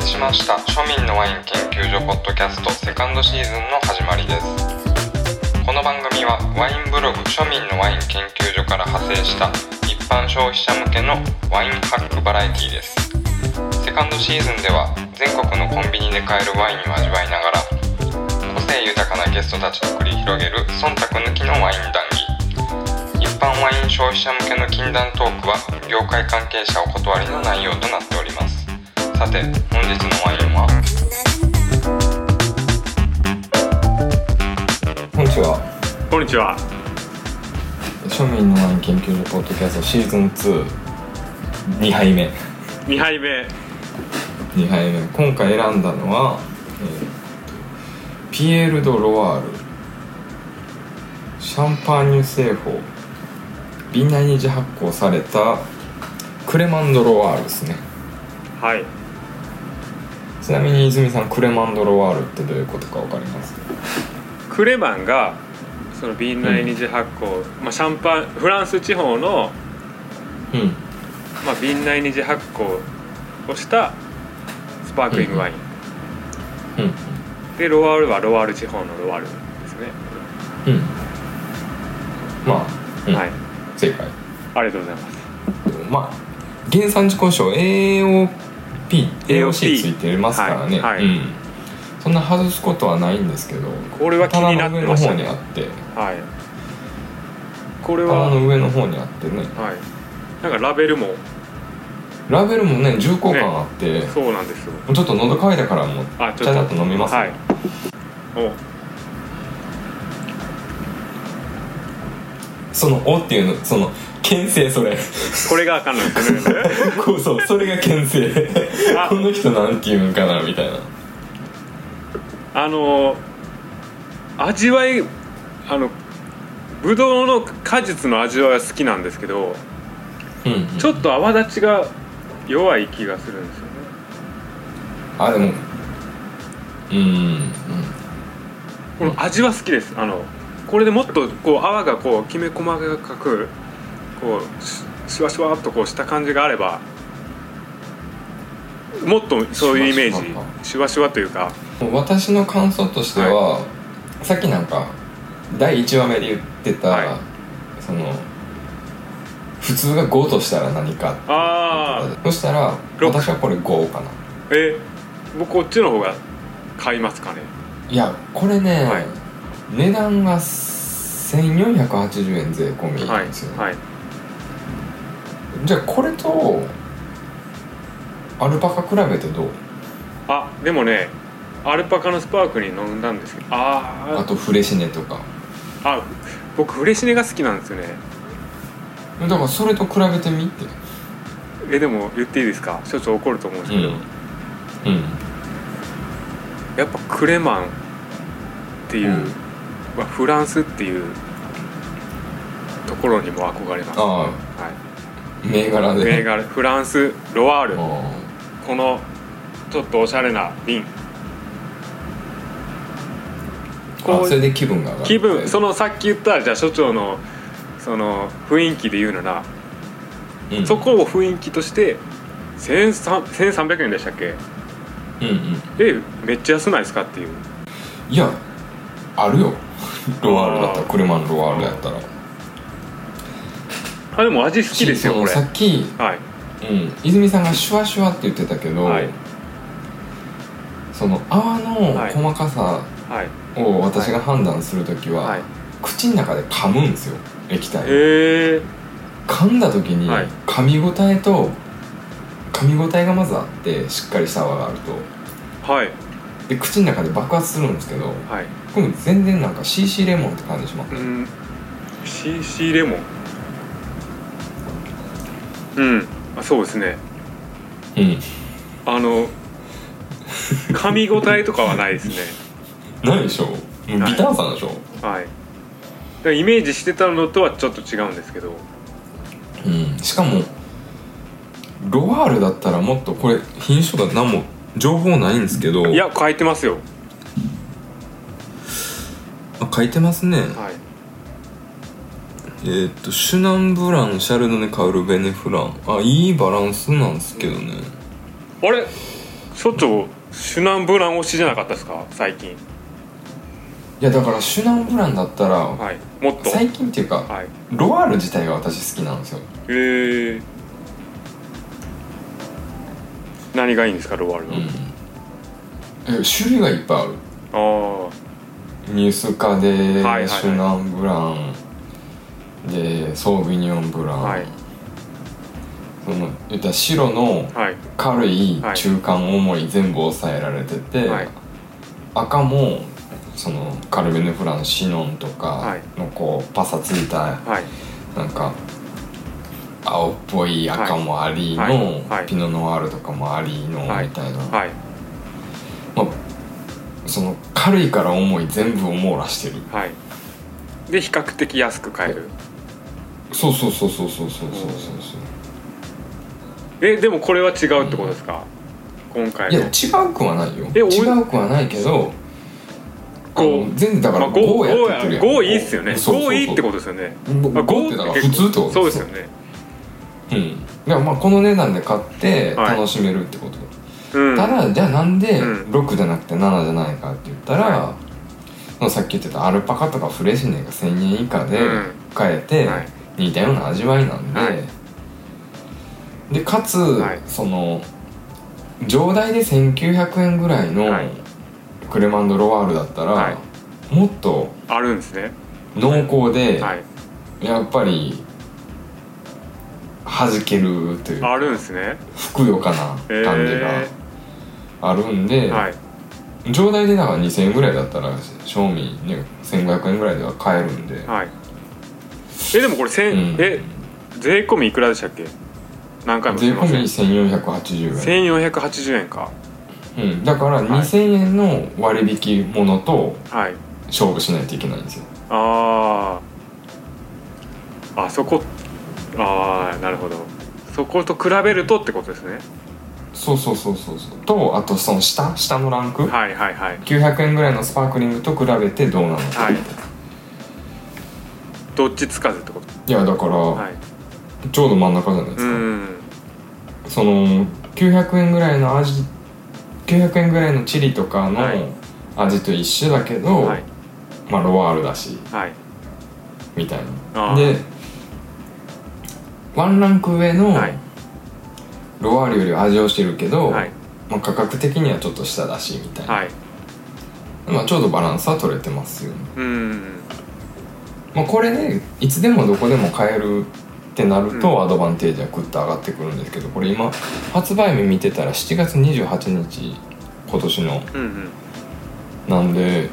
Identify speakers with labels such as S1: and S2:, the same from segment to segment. S1: しました庶民のワイン研究所ポッドキャストセカンドシーズンの始まりですこの番組はワインブログ庶民のワイン研究所から派生した一般消費者向けのワインハックバラエティですセカンドシーズンでは全国のコンビニで買えるワインを味わいながら個性豊かなゲストたちと繰り広げる忖度抜きのワイン談義一般ワイン消費者向けの禁断トークは業界関係者お断りの内容となっておりますさて本日のワインは本日は
S2: こんにちは。
S1: 庶民のワイン研究所ポッドキャストシーズン22杯目
S2: 二杯目。
S1: 2杯目今回選んだのは、えーピエール・ド・ロワールシャンパーニュ製法ビンナイニジ発行されたクレマンド・ロワールですね
S2: はい。
S1: ちなみに泉さんクレマンド・ロワールってどういうことか分かります
S2: クレマンが。そのビンナイ二次発酵、まあシャンパン、フランス地方の。
S1: うん
S2: まあビンナイ二次発酵。をした。スパークリングワイン。
S1: うん
S2: で、ロワールはロワール地方のロワールですね。
S1: うんまあ、うん
S2: はい。
S1: 正解
S2: ありがとうございます。
S1: まあ原産地交渉 AOP AOC ついてますからね、
S2: はいはい
S1: うん、そんな外すことはないんですけど
S2: これは気になってました
S1: 棚の上の方にあ
S2: ね。
S1: って
S2: はい。これ
S1: 棚
S2: は。
S1: の上の方にあってね
S2: はい。なんかラベルも。
S1: ラベルもね重厚感あって、
S2: そうなんですよ。
S1: ちょっと喉乾いたからもう
S2: あ、ち
S1: ちゃ
S2: ょっ
S1: ち
S2: と
S1: ゃっと飲みます、
S2: はい。お。
S1: その「お」っていうのその牽制そ れ
S2: これがあかんなんですよね。
S1: こうそうそれが牽制
S2: あ
S1: この人なんていうんかなみたいな
S2: あのー味わいあのぶどうの果実の味わいは好きなんですけど
S1: うんうん、
S2: ちょっと泡立ちが弱い気がするんですよね
S1: あでもうんうん
S2: この味は好きですあのこれでもっとこう泡がこうきめ細かくこうししわしわっとこうした感じがあればもっとそういうイメージ
S1: しわしわ
S2: しわしわというか
S1: 私の感想としては、さっきなんか第1話目で言ってた、
S2: は
S1: その普通が5としたら何かって
S2: ああ
S1: そしたら
S2: 六
S1: 私はこれ5かな
S2: え僕こっちの方が買いますかね
S1: いやこれね、
S2: はい
S1: 値段が1480円税込み
S2: は
S1: ないんですよ、
S2: はい
S1: じゃあこれとアルパカ比べてどう
S2: あでもねアルパカのスパークに飲んだんですけど
S1: あ
S2: あー
S1: とフレシネとか
S2: あ僕フレシネが好きなんですよね
S1: だからそれと比べてみって
S2: えでも言っていいですか所長怒ると思うんですけど、
S1: うん
S2: やっぱクレマンっていう、
S1: うん
S2: まあフランスっていうところにも憧れます、は
S1: ああ銘柄
S2: い、
S1: で
S2: 銘柄フランスロワール
S1: ああ
S2: このちょっとおしゃれな瓶こ
S1: あ
S2: う
S1: それで気分が上がる
S2: 気分そのさっき言ったじゃあ所長のその雰囲気で言うなら
S1: うん
S2: そこを雰囲気として1300 1300円でしたっけ
S1: うんうん
S2: でめっちゃ安ないですかっていう
S1: いやあ るよロワールだったら車のロワールやったら好
S2: あでも味好きですよこれ
S1: さ
S2: は
S1: っき、
S2: い
S1: うん、泉さんがシュワシュワって言ってたけど、
S2: はい
S1: その泡の
S2: はい
S1: 細かさ
S2: はい
S1: を私が判断する時は、
S2: はい
S1: 口の中で噛むんですよ液体
S2: へえ
S1: 噛んだ時に
S2: はい
S1: 噛み応えと噛み応えがまずあってしっかりした泡があると
S2: はい
S1: で口の中で爆発するんですけど
S2: はい
S1: これ全然なんか CC レモンって感じします
S2: うん CC レモンうんあそうですね
S1: うん
S2: あの噛み応えとかはないです ね
S1: ないでしょもうビ
S2: ない
S1: ターさんでしょ
S2: はいだからイメージしてたのとはちょっと違うんですけど
S1: うんしかもロワールだったらもっとこれ品種が何も情報ないんですけど
S2: いや書いてますよ
S1: あ書いてますね
S2: はい
S1: えーっとシュナンブランシャルドネカウルベネフランあいいバランスなんですけどね
S2: あれ所長シュナンブラン推しじゃなかったですか最近
S1: いやだからシュナンブランだったら、
S2: はいもっと
S1: 最近っていうか
S2: はい
S1: ロワール自体が私好きなんですよ
S2: えー、何がいいんですかロワールの、
S1: え種類がいっぱいある
S2: あ
S1: ミュスカで、
S2: はいはい
S1: シュナンブランでソーヴィニョンブラン、
S2: はい
S1: その言ったら白の
S2: あはい
S1: 軽い
S2: はい
S1: 中間重い全部抑えられてて、
S2: はい
S1: 赤もそのカルベヌ・フランシノンと
S2: は
S1: か
S2: い
S1: のこうパサついた
S2: はい
S1: なんか青っぽい赤もありの、
S2: はいはい
S1: ピノ・ノワールとかもありのみ
S2: は
S1: た
S2: い
S1: いな、
S2: はい
S1: まあ、その軽いから重い全部を網羅してる
S2: はいで比較的安く買える
S1: そうそうそうそうそうそうそうそう
S2: えでもこれは違うってことですか、今
S1: い
S2: 回
S1: や
S2: の
S1: 違うくはないよ
S2: えおい
S1: 違うくはないけど
S2: こう
S1: あの全然だか
S2: ま
S1: ら
S2: あ、5,
S1: 5
S2: 5,
S1: やってるやん
S2: 5いいっすよね
S1: そうそうそう
S2: 5いいってことですよね
S1: 僕
S2: まあ
S1: 5ってだから普通ってこと
S2: そうですよね
S1: うんだからまあこの値段で買って
S2: はい
S1: 楽しめるってこと、
S2: うん
S1: ただじゃあなんで
S2: うん
S1: 6じゃなくて7じゃないかって言ったら、
S2: は
S1: そのさっき言ってたアルパカとかフレシネが1000円以下で
S2: うん
S1: 買えて、
S2: はい
S1: 似たような味わいなんで、
S2: はい
S1: でかつ、
S2: はい
S1: その上代で1900円ぐらいの
S2: はい
S1: クレマンド・ロワールだったら、
S2: はい
S1: もっと
S2: あるんですね
S1: 濃厚で、
S2: はい
S1: やっぱり弾けるという
S2: あるんですね
S1: ふくよかな
S2: え
S1: 感じがあるんで、
S2: ー、はい
S1: 上代でだから2000円ぐらいだったら賞味、ね、1500円ぐらいでは買えるんで、
S2: はいえでもこれ千、
S1: うん
S2: え税込みいくらでしたっけ何回も
S1: 税
S2: すいま
S1: 込
S2: せ
S1: み
S2: ん
S1: 1480円、
S2: 1480円か
S1: うん、だから2000円の割引ものと
S2: はい
S1: 勝負しないといけないんですよ
S2: あああそこああなるほどそこと比べるとってことですね
S1: そうそうそうそうそうとあとその下下のランク、
S2: はいはいはい
S1: 900円ぐらいのスパークリングと比べてどうなのか、、
S2: はいいどっちつかずってこと
S1: やだから、
S2: はい
S1: ちょうど真ん中じゃないで
S2: う
S1: すか、
S2: ん
S1: その900円ぐらいの味900円ぐらいのチリとかの
S2: はい
S1: 味と一緒だけど、
S2: はい
S1: まあロワールだし
S2: はい
S1: みたい
S2: あ
S1: な
S2: ー
S1: でワンランク上の
S2: はい
S1: ロワールよりは味をしてるけど、
S2: はい
S1: まあ、価格的にはちょっと下だしみたいな、
S2: はい
S1: まあ、ちょうどバランスは取れてますよね、
S2: うん
S1: まあ、これねいつでもどこでも買えるってなると、
S2: うん
S1: アドバンテージはグッと上がってくるんですけどこれ今発売日見てたら7月28日今年の
S2: うんうん
S1: なんで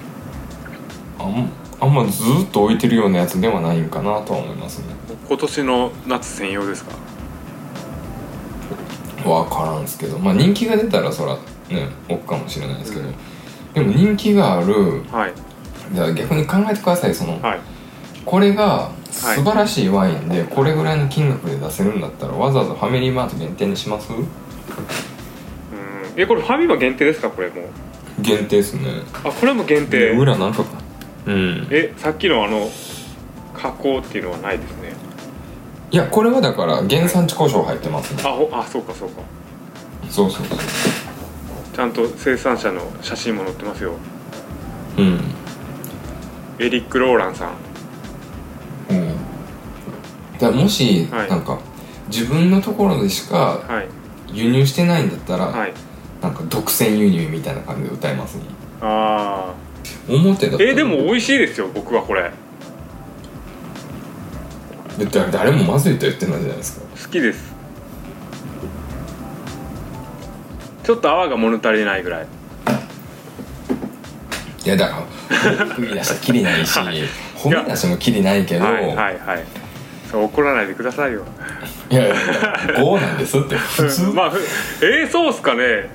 S1: あんあんまずっと置いてるようなやつではないんかなとは思いますね
S2: 今年の夏専用ですか
S1: わからんすけどまあ人気が出たらそらね置くかもしれないですけど、
S2: うん
S1: でも人気がある
S2: はい
S1: じゃあ逆に考えてくださいその、
S2: はい
S1: これが素晴らしいワインでこれぐらいの金額で出せるんだったらわざわざファミリーマート限定にします
S2: うんえこれファミマ限定ですかこれもう
S1: 限定ですね
S2: あこれも限定
S1: 裏なんかかうん
S2: えさっきのあの加工っていうのはないですね
S1: いやこれはだから原産地交渉入ってますね
S2: あほあそうかそうか
S1: そうそうそう
S2: ちゃんと生産者の写真も載ってますよ
S1: うん、
S2: エリック・ローランさん
S1: うん、だからもし、
S2: はい
S1: なんか自分のところでしか
S2: はい
S1: 輸入してないんだったら、
S2: はい
S1: なんか独占輸入みたいな感じで歌えますね
S2: あ
S1: 表だっ
S2: ー
S1: たら
S2: えでも美味しいですよ僕はこれ
S1: だって誰もまずいと言ってないじゃないですか
S2: 好きですちょっと泡が物足りないぐらい
S1: いやだから褒め出したらきりない し褒め出してもきりないけど、
S2: はい
S1: い
S2: はいはいそう怒らないでくださいよ
S1: やいや5なんですって普通、
S2: うんまあふえー、そうっすかね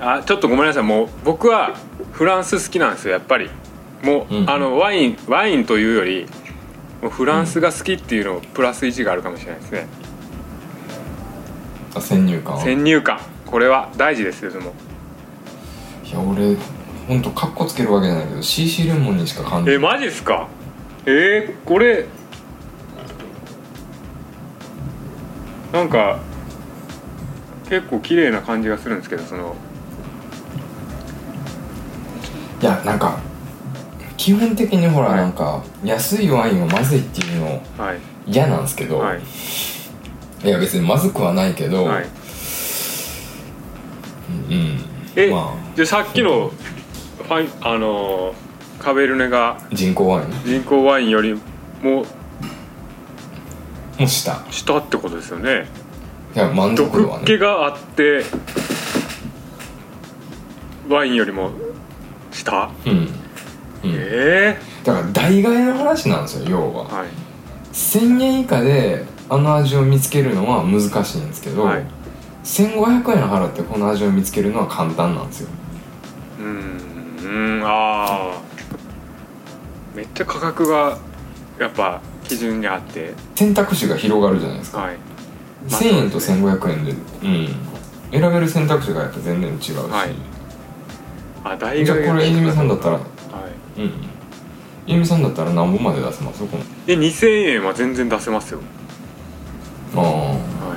S2: あちょっとごめんなさいもう僕はフランス好きなんですよやっぱりもう、
S1: うん
S2: あのワインワインというよりもうフランスが好きっていうのをプラス1があるかもしれないですね、
S1: あ先入観い
S2: 先入観これは大事ですよでも
S1: や俺ほんとカッコつけるわけじゃないけど CC レモンにしか感じ
S2: え
S1: ない
S2: マジっすかえー、これなんか結構綺麗な感じがするんですけどその
S1: いやなんか基本的にほら
S2: はい
S1: なんか、安いワインはまずいっていうの
S2: はい
S1: 嫌なんですけど、
S2: はいい、
S1: や別にまずくはないけど、
S2: はい、
S1: うん
S2: え、
S1: ま
S2: じゃあさっきのファイあのーカベルネが
S1: あ人工ワイン
S2: 人工ワインよりも
S1: もした
S2: 下ってことですよね
S1: いや満足度
S2: 毒
S1: は
S2: 気
S1: ね
S2: があってワインよりも下
S1: うん、うん、
S2: え
S1: だから代替えの話なんですよ要
S2: え
S1: は
S2: はい
S1: 1000円以下であの味を見つけるのは難しいんですけど、
S2: はい
S1: 1500円払ってこの味を見つけるのは簡単なんですよ
S2: うーんうんああめっちゃ価格がやっぱ基準にあって
S1: 選択肢が広がるじゃないですか
S2: はいまあ
S1: 1000円と
S2: そう
S1: 1500円で、うん、選べる選択肢がやっぱ全然違うし、
S2: はいあ大
S1: じゃあ
S2: 学
S1: これ泉さんだったら
S2: は
S1: うんゆみさんだったら何本まで出せますこの
S2: いで2000円は全然出せますよ
S1: あ
S2: は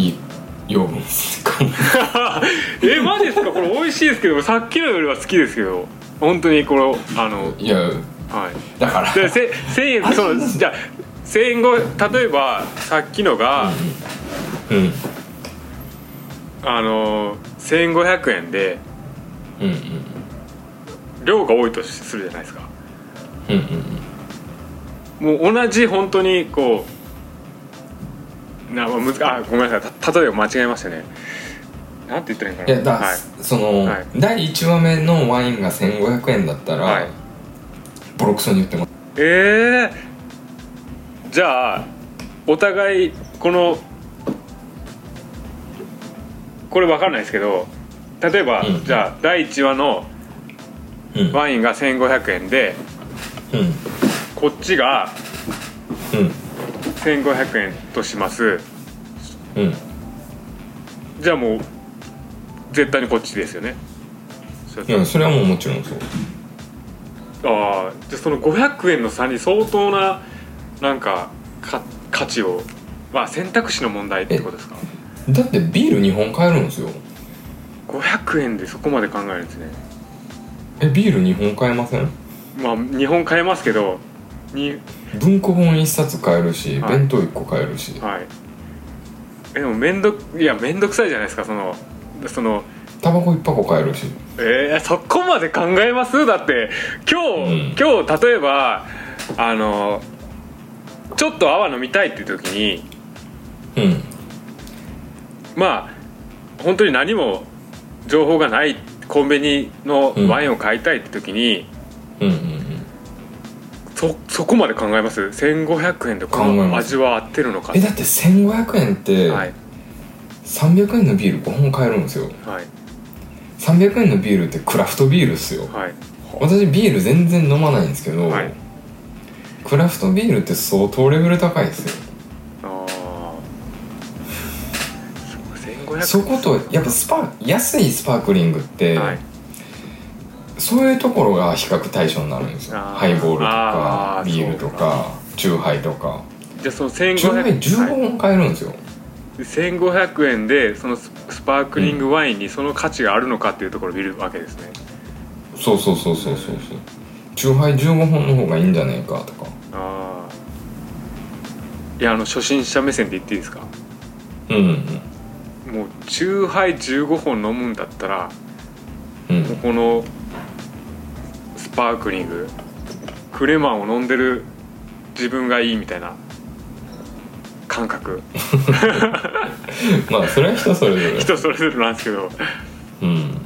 S1: あいい養分ですね
S2: えマジですかこれ美味しいですけどさっきのよりは好きですけど本当にこれあの
S1: いや
S2: はい
S1: だから
S2: でせ1000円そうじゃあ1000円後例えばさっきのが、
S1: うんうん
S2: あの1500円で
S1: うんうん
S2: 量が多いとするじゃないですか
S1: うんうん
S2: もう同じ本当にこうなむずあごめんなさいた例えば間違えましたねなんて言ったらいいの
S1: いや
S2: か
S1: だ、
S2: なはい
S1: その、
S2: はい
S1: 第1話目のワインが1500円だったら、
S2: はい
S1: ボロクソに言ってます
S2: ええじゃあお互いこのこれ分かんないですけど例えば、
S1: うん
S2: じゃあ第1話の
S1: うん
S2: ワインが1500円で
S1: うん
S2: こっちが
S1: うん
S2: 1500円とします
S1: うん
S2: じゃあもう絶対にこっちですよねそ
S1: いやそれはもうもちろんそう
S2: ああじゃあその500円の差に相当ななんかか価値をまあ選択肢の問題ってことですか
S1: だってビール2本買えるんですよ
S2: 500円でそこまで考えるんですね
S1: えビール2本買えません
S2: まあ日本買えますけどに
S1: 文庫本1冊買えるし、
S2: はい
S1: 弁当1個買えるし、
S2: はいえでもめんどくいやめんどくさいじゃないですかそのその
S1: タバコ1箱買えるし
S2: えー、そこまで考えますだって今日、今日例えばあのちょっと泡飲みたいっていう時に
S1: うん
S2: まあ本当に何も情報がないコンビニのワインを買いたいって時に、
S1: うんうんうん
S2: そそこまで考えます1500円でこ
S1: 考え
S2: の
S1: ます
S2: 味は合ってるのか
S1: えだって1500円って
S2: はい
S1: 300円のビール5本買えるんですよ
S2: はい
S1: 300円のビールってクラフトビールっすよ
S2: はい
S1: 私ビール全然飲まないんですけど、
S2: はい
S1: クラフトビールって相当レベル高いですよ
S2: ああ1500円
S1: そことやっぱスパ安いスパークリングって、
S2: はい
S1: そういうところが比較対象になるんですよ
S2: あー
S1: ハイボールとか
S2: あー
S1: ビールとかチューハイとか
S2: じゃあその
S1: チューハイ15
S2: 1500はい
S1: 本買えるんですよ、
S2: 1500円でそのススパークリングワインにその価値があるのかっていうところを見るわけですね、
S1: そうそうそうそうそうそうチューハイ15本の方がいいんじゃねえかとか
S2: ああいやあの初心者目線で言っていいですか
S1: うんうん
S2: もうチューハイ15本飲むんだったら
S1: うん
S2: もうこのスパークリングクレマンを飲んでる自分がいいみたいな感覚
S1: まあそれは人それぞれ
S2: 人それぞれなんですけど
S1: うん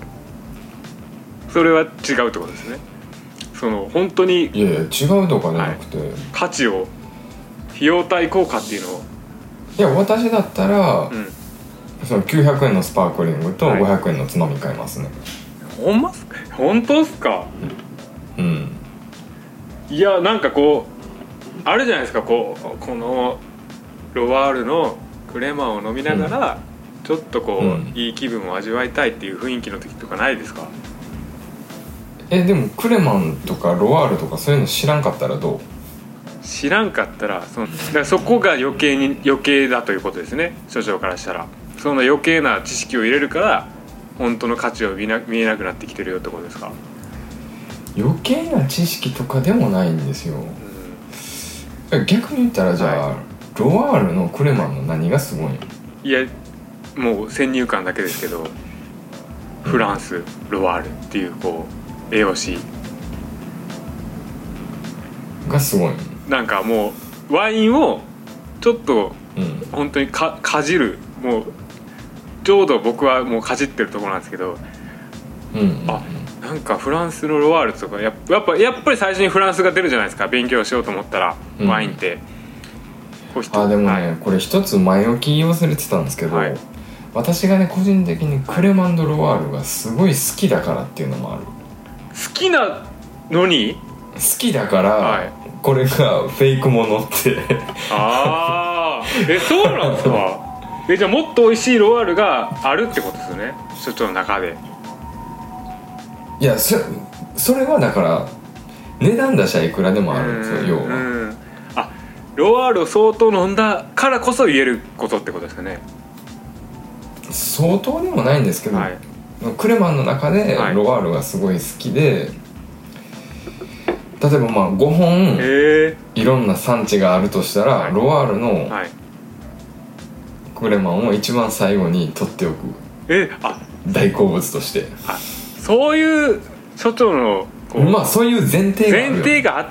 S2: それは違うってことですねその本当に
S1: いやいや違うとかじゃなくて、い、
S2: 価値を費用対効果っていうのを、
S1: や私だったら、
S2: うん、
S1: その900円のスパークリングと
S2: はい
S1: 500円のつまみ買いますね、
S2: ほんまっす本当っすか
S1: うん
S2: いやなんかこうあるじゃないですかこうこのロワールのクレマンを飲みながら、ちょっとこう、
S1: うん
S2: いい気分を味わいたいっていう雰囲気の時とかないですか
S1: えでもクレマンとかロワールとかそういうの知らんかったらどう
S2: 知らんかったらそのだからそこが余計に余計だということですね所長からしたらその余計な知識を入れるから本当の価値を見な見えなくなってきてるよってことですか、
S1: 余計な知識とかでもないんですよ逆に言ったらじゃあ、ロワールのクレマンの何がすごいの
S2: いやもう先入観だけですけどフランスロワールっていうこう栄養士
S1: がすごいの
S2: なんかもうワインをちょっと
S1: うん
S2: 本当にかかじるもうちょうど僕はもうかじってるところなんですけど
S1: うんうん
S2: あなんかフランスのロワールとかやっぱやっぱやっぱり最初にフランスが出るじゃないですか勉強しようと思ったら、
S1: うん
S2: ワインってこう人
S1: あでもね、
S2: はい
S1: これ一つ前置き忘れてたんですけど、
S2: はい
S1: 私がね個人的にクレマンド・ロワールがすごい好きだからっていうのもある
S2: 好きなのに
S1: 好きだから、
S2: はい
S1: これがフェイクものって
S2: ああ えそうなんですかえじゃあもっと美味しいロワールがあるってことですよね所長の中で
S1: いやそそれはだから値段出しゃいくらでもあるんですよ
S2: う
S1: 要は、
S2: んうんあロワールを相当飲んだからこそ言えることってことですかね
S1: 相当でもないんですけど、
S2: はい
S1: クレマンの中で
S2: はい
S1: ロワールがすごい好きで、例えばまあ5本
S2: へ
S1: いろんな産地があるとしたら、
S2: はい
S1: ロワール
S2: え
S1: の
S2: はい
S1: クレマンを一番最後に取っておく
S2: えあ
S1: 大好物として
S2: そういう所長のこう
S1: まあそういう前提があるよ
S2: 前提があっ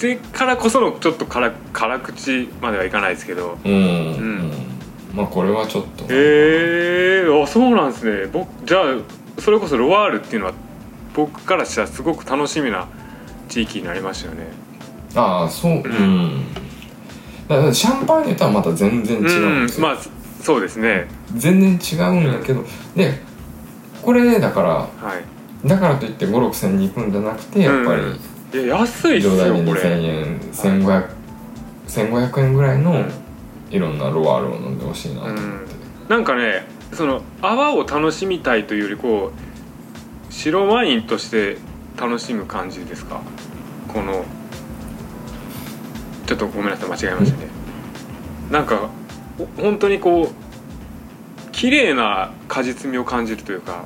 S2: てからこそのちょっと辛辛口まではいかないですけど
S1: うん、
S2: う
S1: うんんまあこれはちょっと、
S2: へえあそうなんですね僕じゃあそれこそロワールっていうのは僕からしたらすごく楽しみな地域になりましたよね
S1: ああそううんだからシャンパンネとはまた全然違うん
S2: うん
S1: ですよ、
S2: まあそうですね
S1: 全然違うんだけど、でこれねだから
S2: はい
S1: だからといって5 6千に行くんじゃなくてやっぱり、
S2: うんいや安いっすよ
S1: 上代に
S2: こ
S1: 2000
S2: れ
S1: 円1500 1500円ぐらいの、
S2: うん
S1: いろんなロワールを飲んでほしいなと思って、
S2: なんかねその泡を楽しみたいというよりこう白ワインとして楽しむ感じですかこのちょっとごめんなさい間違えましたねなんかほ本当にこう綺麗な果実味を感じるというか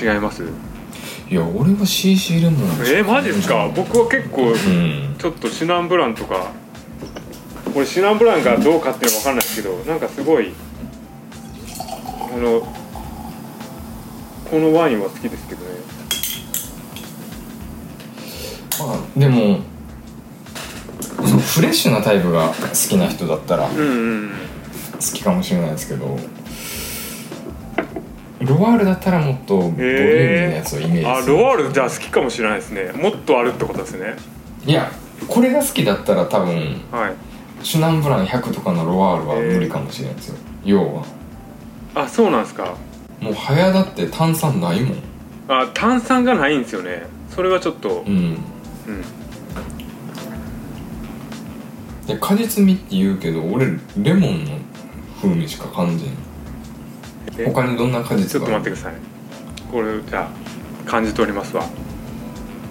S2: 違います
S1: いや俺は CC レモン
S2: えー、マジですか僕は結
S1: う
S2: 構
S1: ん
S2: ちょっとシナンブランとかこれシナンブランがどうかっていうのは分かんないですけどなんかすごいあのこのワインは好きですけどね
S1: まあでもそのフレッシュなタイプが好きな人だったら
S2: うんうん
S1: 好きかもしれないですけどロワールだったらもっとボリューミーなやつをイメ
S2: うんあ
S1: ージする、
S2: ロワールじゃあ好きかもしれないですねもっとあるってことですね
S1: いやこれが好きだったら多分
S2: はい
S1: シュナンブラン100とかのロワールは無理かもしれないですよ、要は
S2: あそうなんですか
S1: もう早だって炭酸ないもん
S2: あ炭酸がないんですよねそれはちょっと
S1: うん
S2: うん
S1: で果実味って言うけど俺レモンの風味しか感じん
S2: え
S1: 他にどんな果
S2: ち
S1: 実
S2: ょっと
S1: があ
S2: 待っ
S1: る
S2: てくださいこれじゃあ感じておりますわ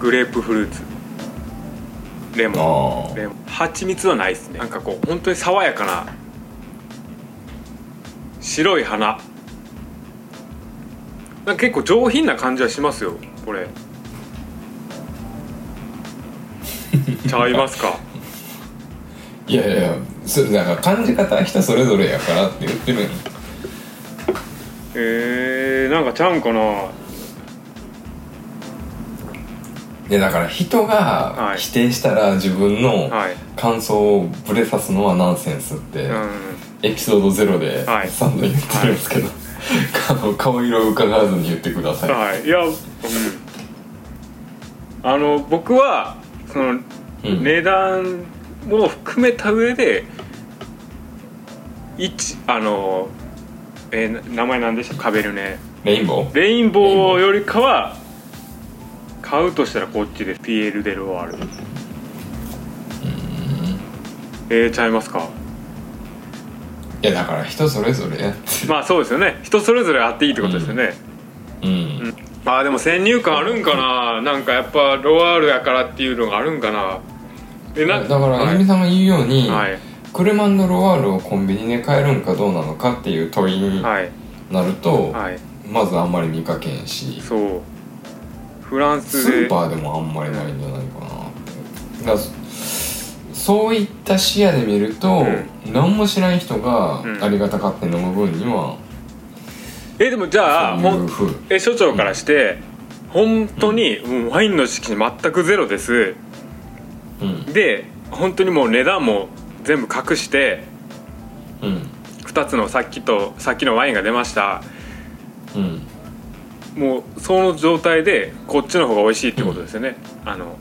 S2: グレープフルーツレモン
S1: あ
S2: で蜂蜜はないですねなんかこう本当に爽やかな白い花なんか結構上品な感じはしますよこれちゃいますか
S1: あいやいやいやそれだから感じ方は人それぞれやからって言ってるやん
S2: えー、なんかちゃうんかな
S1: でだから人
S2: は
S1: が
S2: い
S1: 否定したら自分の
S2: はい
S1: 感想をブレさすのはナンセンスって
S2: う
S1: エピソードゼロで
S2: はい
S1: サンド言ってるんですけど、あの顔色を伺わずに言ってくだ
S2: ん
S1: さ
S2: はいいや、うん、あの僕はその
S1: い、うん
S2: 値段も含めた上で一あの、えーな名前なんでしたカベルネ
S1: レインボー
S2: レインボーよりかは買うとしたらこっちですピエール・デロワールえー、ちゃいますか
S1: いやだから人それぞれやって
S2: まあそうですよね人それぞれあっていいってことですよね、
S1: うん
S2: まあでも先入観あるんかななんかやっぱロワールやからっていうのがあるんかなえ
S1: だから、ゆ
S2: は
S1: み
S2: い、
S1: さんが言うように、
S2: はい、
S1: クレマンのロワールをコンビニで買えるんかどうなのかっていう問いに
S2: はい
S1: なると、
S2: はい
S1: まずあんまり見かけんし
S2: そうフラン
S1: ス
S2: スで
S1: ーパーでもあんまりないんじゃないかなってだからそそういった視野で見ると、何も知らん人が
S2: うん
S1: ありがたかって飲む分には、
S2: えでもじゃあ
S1: そう
S2: ほ
S1: いうんふう
S2: え所長からして、本当にもうワインの知識全くゼロです
S1: うん
S2: で本当にもう値段も全部隠して
S1: うん
S2: 2つのさっきとさっきのワインが出ました
S1: うん
S2: もうその状態でこっちの方が美味しいってことですよね、あの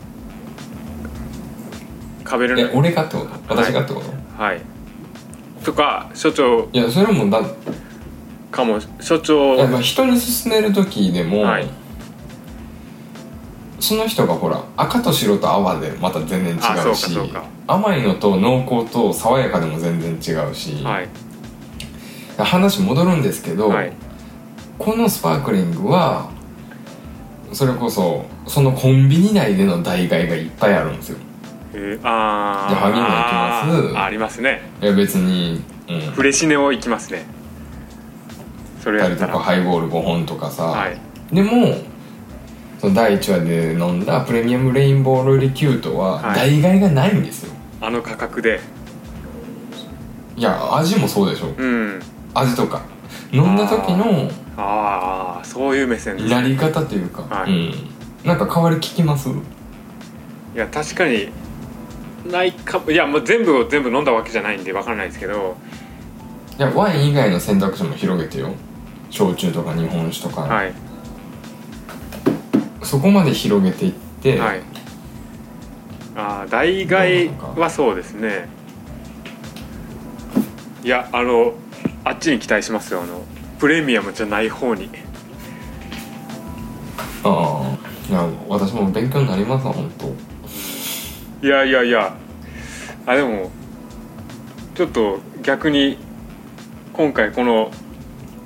S2: カベル
S1: え
S2: ネ
S1: 俺かってこと私かってこと、
S2: はいとか所長
S1: い、やそれはもうだ
S2: かも所長
S1: やっぱ人に勧める時でも、
S2: はい
S1: その人がほら赤と白と泡でまた全然
S2: あ
S1: 違
S2: そう
S1: う
S2: か
S1: し
S2: そうか
S1: 甘いのと濃厚と爽やかでも全然違うし、
S2: はい
S1: 話戻るんですけど、
S2: はい
S1: このスパークリングはそれこそそのコンビニ内での代替がいっぱいあるんですよ
S2: えー、あー
S1: じゃあハギも行きます
S2: あーありますね
S1: いや別に、うん、
S2: フレシネを行きますねそれや
S1: 2
S2: っ
S1: 人
S2: た
S1: と
S2: ら
S1: かハイボール5本とかさ、
S2: はい
S1: でもその第1話で飲んだプレミアムレインボールリキュートは
S2: は
S1: 代替えがないんですよ、
S2: あの価格で
S1: い、や味もそうでしょ
S2: うん
S1: 味とか飲んだ時の
S2: ああそういう目線です
S1: なり方というか、
S2: はい
S1: うん、なんか変わり聞きます
S2: いや確かにないかもいやもう全部を全部飲んだわけじゃないんでわからないですけど
S1: いやワイン以外の選択肢も広げてよ焼酎とか日本酒とか、
S2: はい
S1: そこまで広げていって、
S2: はいああ代替はそうですねいやあのあっちに期待しますよあのプレミアムじゃない方に
S1: ああいや私も勉強になりますわ本当
S2: いやいやいやあでもちょっと逆に今回この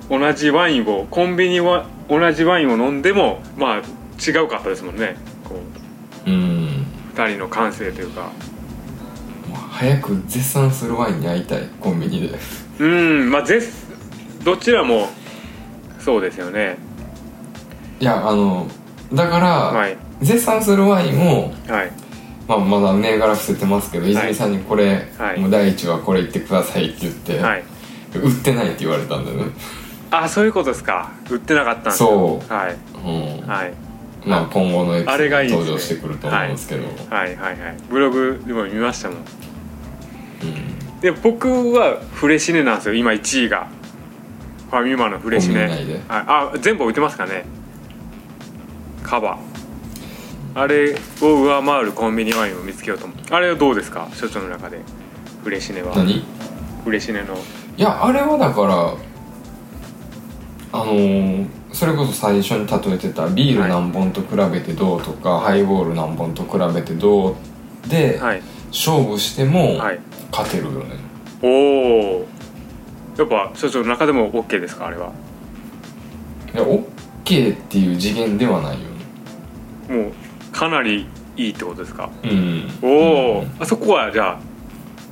S2: 同じワインをコンビニは同じワインを飲んでもまあ違うかったですもんねこう
S1: うん
S2: 2人の感性というか
S1: もう早く絶賛するワインに会いたいコンビニで
S2: うんまあぜどちらもそうですよね
S1: いやあのだから、
S2: はい
S1: 絶賛するワインを、
S2: はい
S1: まあ、まだ銘柄伏せてますけど、泉さんにこれ、
S2: はい
S1: もう第一話これ言ってくださいって言って、
S2: はい
S1: 売ってないって言われたんだよね、
S2: あそういうことですか売ってなかったんですよ
S1: そう
S2: はい
S1: うん
S2: はい
S1: まあ、今後のエピソ
S2: あれ
S1: ード
S2: がい
S1: に
S2: いですね
S1: 登場してくると思うんですけど
S2: はいはいはいブログでも見ましたもん
S1: うん
S2: で僕はフレシネなんですよ今1位がファミマのフレシネ
S1: コンビニ内で
S2: ああ全部置いてますかねカバあれを上回るコンビニワインを見つけようと思うあれはどうですか所長の中でフレシネは
S1: 何い
S2: フレシネの
S1: やあれはだからあのーそれこそ最初に例えてたビール何本と比べてどうとか、ハイボール何本と比べてどうで、
S2: はい
S1: 勝負しても
S2: はい
S1: 勝てるよね、
S2: おおやっぱ所長の中でも OK ですかあれはい
S1: や OK っていう次元ではないよね
S2: もうかなりいいってことですか
S1: うん
S2: おお、あそこはじゃあ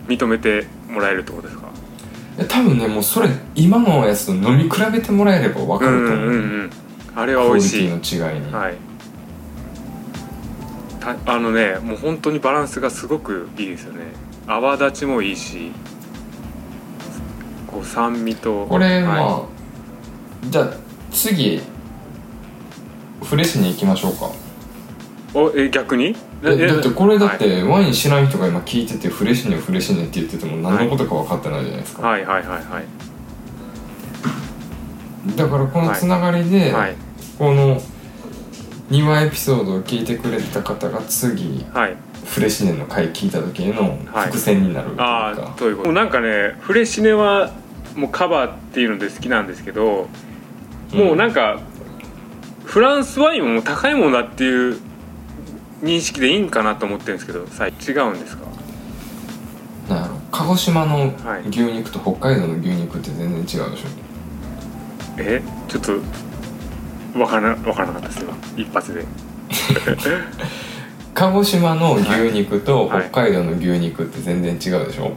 S2: 認めてもらえるってことです
S1: う
S2: か
S1: ん多分ねもうそれ今のやつと飲み比べてもらえれば分か
S2: うん
S1: る
S2: う
S1: と
S2: ん
S1: 思
S2: う
S1: うん
S2: うんあれ
S1: ク
S2: は
S1: オ
S2: 美
S1: リ
S2: 味
S1: テ
S2: しい
S1: ィの違いに、
S2: はいたあのねもう本当にバランスがすごくいいですよね泡立ちもいいしこう酸味と
S1: これまあ、
S2: は
S1: じゃあ次フレッシュに行きましょうか
S2: い、おえ逆に
S1: だ
S2: え
S1: だってこれだっ
S2: は
S1: てワイン知らん人が今聞いててフレッシュねフレッシュねって言ってても何のことか分かってないじゃないですか、
S2: い、はいはいはい
S1: だからこのつながりで、
S2: はいはい
S1: この2話エピソードを聞いてくれた方が次
S2: はい
S1: フレッシュネの回聞いた時への伏線になるというか、
S2: ああということなんかねフレシネはもうカバーっていうので好きなんですけど、もうなんかフランスワインももう高いものだっていう認識でいいんかなと思ってるんですけどさ違うんですか
S1: なんやろ鹿児島の
S2: はい
S1: 牛肉と北海道の牛肉って全然違うでしょ、
S2: えちょっとわからなわからなかったです今一発で
S1: 鹿児島の牛肉と
S2: はい
S1: 北海道の牛肉って全然違うでしょ、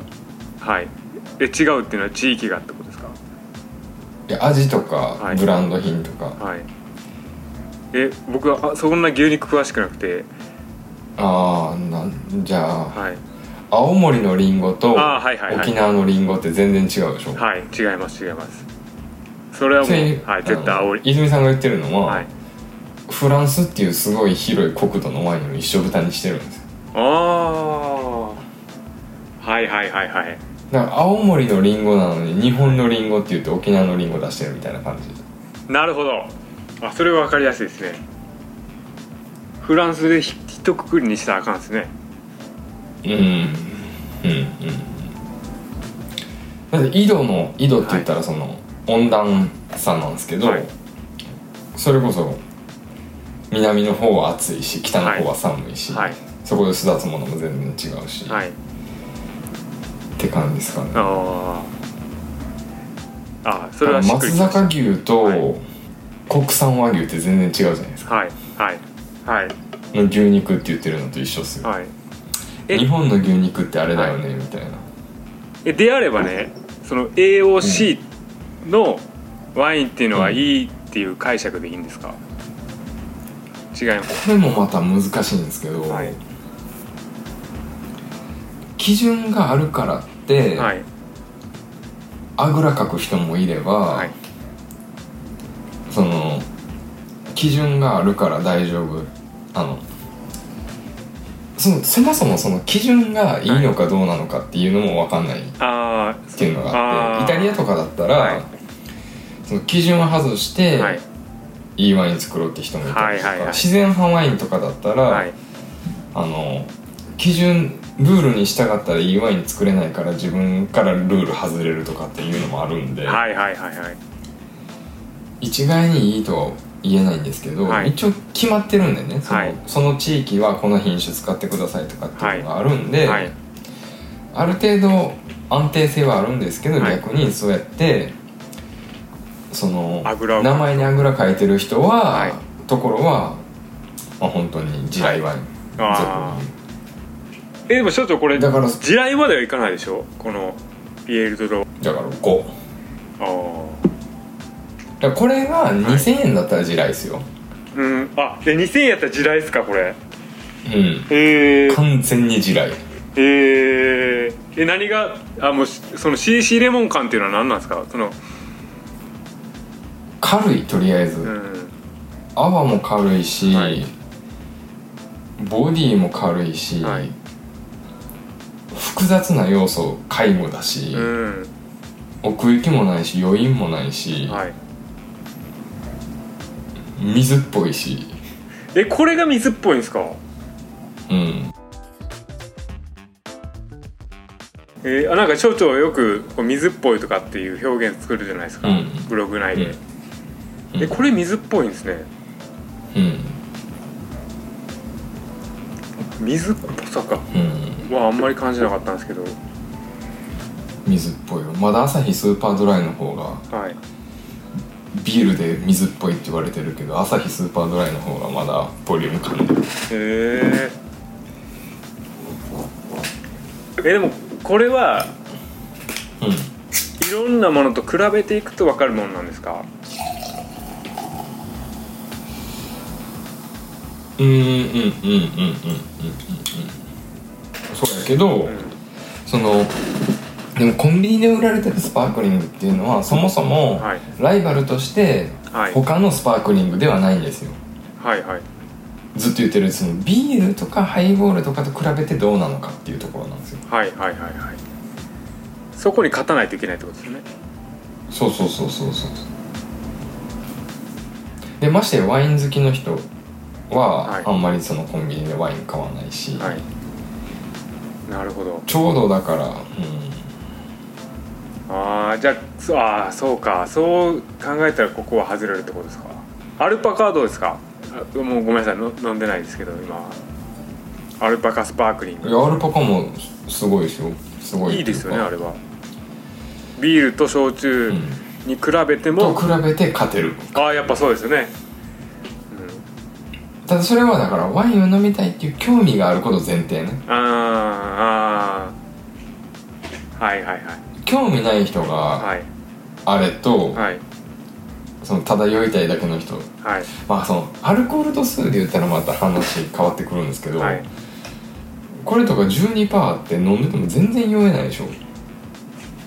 S2: はいえ違うっていうのは地域がってことですか
S1: いや味と
S2: は
S1: か
S2: い
S1: ブランド品とか、
S2: はいえ僕はあそんな牛肉詳しくなくて
S1: ああなんじゃあ
S2: はい
S1: 青森のりんごと
S2: あーはいはいはい
S1: 沖縄のりんごって全然違うでしょ、
S2: はい違います違いますそれはも
S1: それに
S2: う、は
S1: あ
S2: い、
S1: の
S2: 絶対煽り
S1: 泉さんが言ってるのは、
S2: はい
S1: フランスっていうすごい広い国土のワインを一緒豚にしてるんですよ
S2: ああはいはいはいはい
S1: だから青森のりんごなのに日本のりんごって言って沖縄のりんご出してるみたいな感じ
S2: なるほどあそれは分かりやすいですねフランスでひ一括りにしたらあかんですね
S1: うんうんうんだって井戸の井戸って言ったらその温暖差なんですけど、
S2: はい
S1: それこそ南の方は暑いし北の方は寒いし、
S2: はい
S1: そこで育つものも全然違うし、
S2: はい
S1: って感じですかね
S2: あーあそれはしっくり
S1: 松
S2: きました
S1: 阪牛
S2: は
S1: と
S2: い
S1: 国産和牛って全然違うじゃないですか
S2: はいはいはい
S1: の牛肉って言ってるのと一緒っすよ
S2: はいえ
S1: 日本の牛肉ってあれだよね、みたいな
S2: えであればねその AOC のワインっていうのは
S1: うん
S2: いいっていう解釈でいいんですか、違います
S1: これもまた難しいんですけど、
S2: はい
S1: 基準があるからって、
S2: はい
S1: あぐらかく人もいれば、
S2: はい
S1: その基準があるから大丈夫あのそのそもそもその基準がいいのかどうなのかっていうのも分かんないっ
S2: あ
S1: ていうのがあって
S2: あー
S1: イタリアとかだったら、
S2: あはい
S1: その基準を外して、
S2: はい
S1: い、いワイン作ろうって人もいたりとか、
S2: はいはいはい
S1: 自然派ワインとかだったら、
S2: はい
S1: あの基準ルールに従ったらいいワイン作れないから自分からルール外れるとかっていうのもあるんで、
S2: はいはいはいはい
S1: 一概にいいとは言えないんですけど、
S2: はい
S1: 一応決まってるんでねその,、
S2: はい
S1: その地域はこの品種使ってくださいとかっていうのがあるんで、
S2: はい
S1: ある程度安定性はあるんですけど、
S2: はい
S1: 逆にそうやってその
S2: あぐらを
S1: 名前にあぐらかいてる人は、
S2: はい
S1: ところは、まあ、本当に地雷ワイン、
S2: あーえでも所長これ
S1: だから
S2: 地雷まではいかないでしょこのピエール・ドロ
S1: だから5。
S2: ああ
S1: だからこれが2000円だったら地雷ですよ、
S2: うんあで2000円やったら地雷っすかこれ
S1: うん
S2: へえ
S1: 完全に地雷
S2: へええ何があもうしその CC レモン感っていうのは何なんですかその
S1: 軽いとりあえず、
S2: うん
S1: 泡も軽いし、
S2: はい
S1: ボディも軽いし、
S2: はい
S1: 複雑な要素介護だし、
S2: うん
S1: 奥行きもないし余韻もないし、
S2: はい
S1: 水っぽいし
S2: えこれが水っぽいんですか
S1: うん
S2: えーあなんか省庁よくこう水っぽいとかっていう表現作るじゃないですか、
S1: うん
S2: ブログ内で、
S1: うん
S2: えこれ水っぽいんですね
S1: うん
S2: 水っぽさか
S1: うん
S2: はあんまり感じなかったんですけど
S1: 水っぽいよまだ朝日スーパードライの方が
S2: はい
S1: ビールで水っぽいって言われてるけど朝日スーパードライの方がまだボリューム感じる
S2: へええでもこれは
S1: うん
S2: いろんなものと比べていくと分かるものなんですか
S1: うんうんうんうんうんうんうんうんそうやけど、
S2: ん
S1: そのでもコンビニで売られてるスパークリングっていうのはそもそも
S2: はい
S1: ライバルとして
S2: はい
S1: 他のスパークリングではないんですよ
S2: はいはい
S1: ずっと言ってるそのビールとかハイボールとかと比べてどうなのかっていうところなんですよ
S2: はいはいはいはいそこに勝たないといけないってことですね
S1: そうそうそうそうそうでましてやワイン好きの人は、
S2: はい
S1: あんまりそのコンビニでワイン買わないし、
S2: はいなるほど
S1: ちょうどだから、うん、
S2: あーじゃあそあーそうかそう考えたらここは外れるってことですかアルパカはどうですかあもうごめんなさいの飲んでないですけど今アルパカスパークリング
S1: いやアルパカもすごいですよすごい
S2: いいですよねあ
S1: れ
S2: れはビールと焼酎に比べても、
S1: と比べて勝てる
S2: ああやっぱそうですよね
S1: ただそれはだからワインを飲みたいっていう興味があること前提ね
S2: あーあーはいはいはい
S1: 興味ない人が
S2: はい
S1: あれと、
S2: はい
S1: その漂いたいだけの人
S2: はい
S1: まあそのアルコール度数で言ったらまた話変わってくるんですけど、
S2: はい
S1: これとか12%って飲んでても全然酔えないでしょ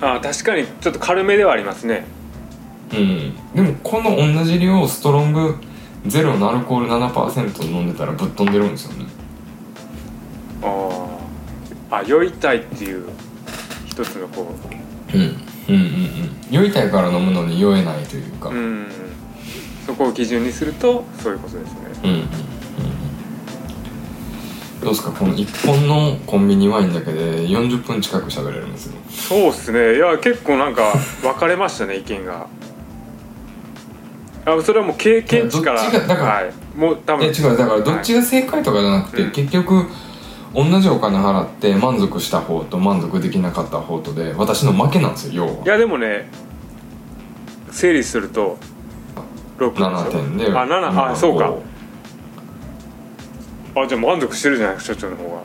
S2: あー確かにちょっと軽めではありますね
S1: うんでもこの同じ量をストロングゼロのアルコール7%飲んでたらぶっ飛んでるんですよね
S2: あーあ酔いたいっていう一つのこ
S1: うんうんうんうん酔いたいから飲むのに酔えないというか
S2: ううんそこを基準にするとそういうことですね
S1: うんうんうんどうですかこの1本のコンビニワインだけで40分近く喋れるんですよ
S2: そうっすねいや結構なんか分かれましたね意見があそれはもう経験値から
S1: いやどっちがだから
S2: はい、もう多
S1: いや
S2: 分
S1: 違うだからどっちが正解とかじゃなくて、
S2: うん
S1: 結局同じお金払って満足した方と満足できなかった方とで私の負けなんですよ要
S2: い
S1: は
S2: やでもね整理すると6
S1: 7
S2: でし
S1: 点で
S2: ょあ7あ
S1: うん
S2: そうか
S1: こ
S2: ょあじゃあ満足してるじゃないですか所長の方が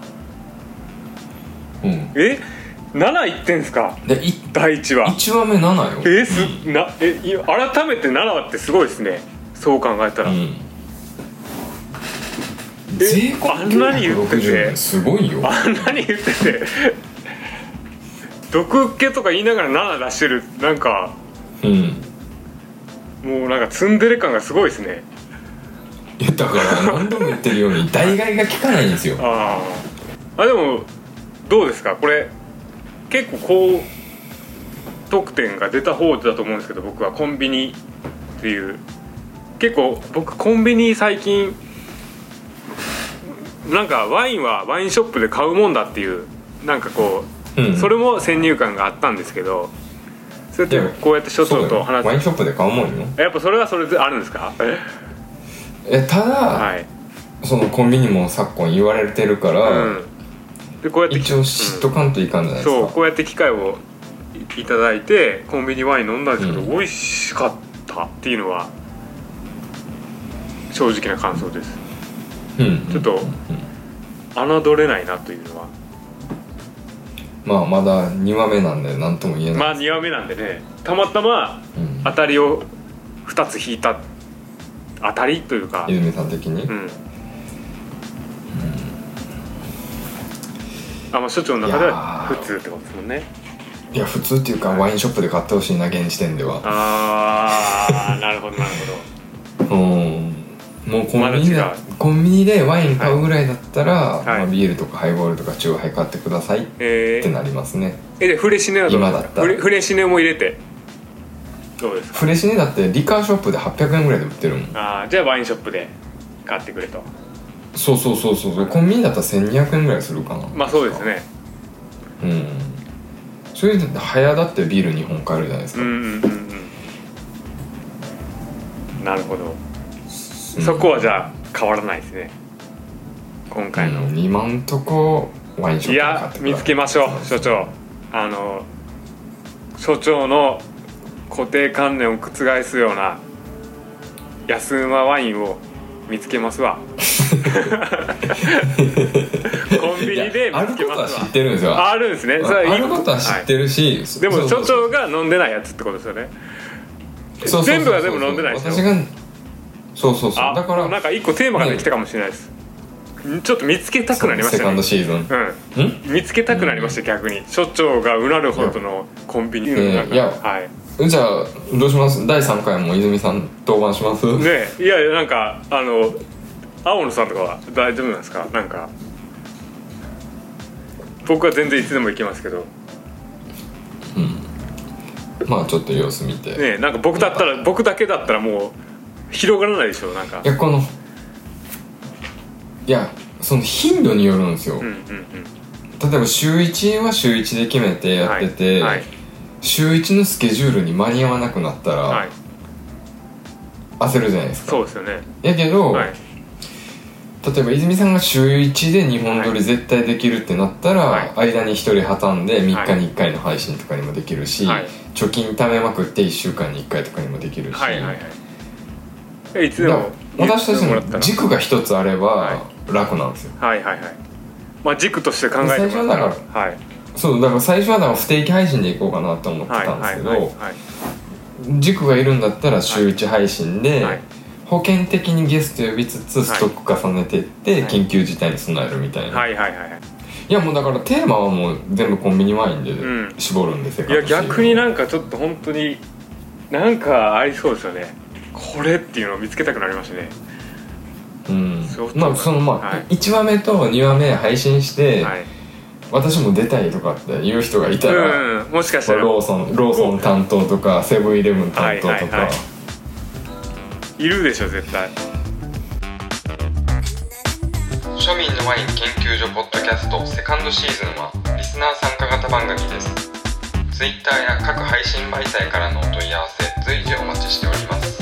S1: ううん
S2: え7いってんすか
S1: でい
S2: 第1話
S1: 1話目7よ
S2: えすなえい改めて7ってすごいですねそう考えたら、
S1: うん
S2: え
S1: 税
S2: あんなに言ってて
S1: 込円すごいよ
S2: あんなに言ってて毒受けとか言いながら7出してるなんか
S1: うん
S2: もうなんかツンデレ感がすごいですね
S1: いやだから何度も言ってるように代替が効かないんですよ
S2: あああでもどうですかこれ結構高得点が出た方だと思うんですけど僕はコンビニっていう結構僕コンビニ最近なんかワインはワインショップで買うもんだっていうなんかこ
S1: う
S2: うんそれも先入観があったんですけどそれってこうやって所
S1: そう
S2: 長
S1: だ
S2: と
S1: よ
S2: 話
S1: ワイン
S2: す
S1: ショップで買うもんよ
S2: やっぱそれはそれであるんですか
S1: えただ、
S2: はい、
S1: そのコンビニも昨今言われてるか
S2: う
S1: ら、
S2: ん、でこうやって
S1: 一応知っとかんといかんじゃないです
S2: そう
S1: か、
S2: こうやって機会をいいただいてコンビニワイン飲んだんですけど、
S1: うん
S2: 美味しかったっていうのは正直な感想です
S1: うん、
S2: ちょっと侮れないなというのは
S1: まあまだ2話目なんで何とも言えない、
S2: まあ2話目なんでねたまたま
S1: うん
S2: 当たりを2つ引いた当たりというか、
S1: 泉さん的に、
S2: うんあまあ所長の中では
S1: やー
S2: い普通ってことですもんね
S1: いや普通っていうかワインショップで買ってほしいな現時点では
S2: ああなるほどなる ほど
S1: うんもうコンビニで、
S2: まだ違
S1: コンビニでワイン買うぐらいだったら、
S2: い
S1: まあ、ビールとかハイボールとかチューハイ買ってくださいっ
S2: えー
S1: てなりますね
S2: えでフレシネはどう
S1: 今だったら
S2: フレフレシネも入れてどうですか
S1: フレシネだってリカーショップで800円ぐらいで売ってるもん
S2: あーじゃあワインショップで買ってくれと
S1: そうそうそうそうそうコンビニだったら1200円ぐらいするかな
S2: まあそうですね
S1: うんそれで早だってビール2本買えるじゃないです
S2: う
S1: か、
S2: んうんうんうんなるほどそこはじゃあ変わらないですね今回の、
S1: うん今んとこワインショップ
S2: い
S1: で買っ
S2: や
S1: てくださ
S2: 見つけましょう 所長あの所長の固定観念を覆すような安馬ワインを見つけますわコンビニで
S1: あ
S2: 見
S1: るこ
S2: つけ
S1: とは
S2: ます
S1: 知
S2: わ
S1: ってるんですよ
S2: ああるんですねそれ
S1: あ
S2: い
S1: あ
S2: い
S1: ることは知ってるし、そ
S2: でも
S1: そ
S2: 所
S1: うそう
S2: 長が飲んでないやつってことですよね
S1: そうそうそう
S2: 全部は全部飲んでないですよ
S1: 私がそうそうそう
S2: あ
S1: だから
S2: なんか一個テーマができたかもしれないです、ちょっと見つけたくなりまし
S1: セ
S2: た
S1: カン
S2: ね
S1: ドシーズン
S2: うん
S1: うん
S2: 見つけたくなりました、逆に所長がうなるほどのコンビニの
S1: ええ
S2: なんか
S1: いや
S2: はい
S1: じゃあどうします第3回も泉さん登板します、
S2: ねえいやいやなんかあの青野さんとかは大丈夫なんですかなんか僕は全然いつでも行きますけど
S1: まあちょっと様子見て、
S2: ねえなんか僕だったら僕だけだったらもう広がらないでしょなんか
S1: いやこのいやその頻度によるんですよ、
S2: うんうん
S1: 例えば週1は週1で決めて
S2: うん
S1: やってて、
S2: はい
S1: 週1のスケジュールに間に合わなくなった
S2: はい、は
S1: ら
S2: い、
S1: 焦るじゃないですか、
S2: そうですよね
S1: やけど、
S2: はい
S1: 例えば泉さんが週1で2本撮り絶対できるってなったら、
S2: は
S1: 間に1人挟んで3
S2: は
S1: 日
S2: い
S1: に1回の配信とかにもできるし、
S2: はい
S1: 貯金貯めまくって1週間に1回とかにもできるし、
S2: はいはいはいいつで
S1: だ
S2: も
S1: から私たち
S2: もらった
S1: の
S2: ら
S1: 軸が一つあれ
S2: は
S1: ば楽なんですよ、
S2: はいはいはいまあ軸として考えてもらったら
S1: 最初
S2: はい
S1: そうだから最初はだから不定期配信でいこうかなと思って
S2: はい
S1: たんです
S2: は
S1: け
S2: い
S1: ど、
S2: はいはい
S1: 塾がいるんだったら週1配信で、
S2: はい
S1: 保険的にゲスト呼びつつストック重ねていって、
S2: はい
S1: 緊急事態に備えるみたいな、
S2: はいはいはい
S1: いやもうだからテーマはもう全部コンビニワインで
S2: うん
S1: 絞るんですよ、
S2: いや逆になんかちょっと本当になんかありそうですよねこれっていうのを見つけたくなりましたね
S1: うん
S2: そういうこと
S1: まあそのまあ、
S2: はい
S1: 1話目と2話目配信して、
S2: はい
S1: 私も出たいとかっていう人がいたら、
S2: うんもしかした
S1: まあ
S2: ら
S1: ローソンローソン担当とかセブンイレブン担当とか、
S2: はいはいはいいるでしょ絶対
S3: 庶民のワイン研究所ポッドキャストセカンドシーズンはリスナー参加型番組です Twitter や各配信媒体からのお問い合わせ随時お待ちしております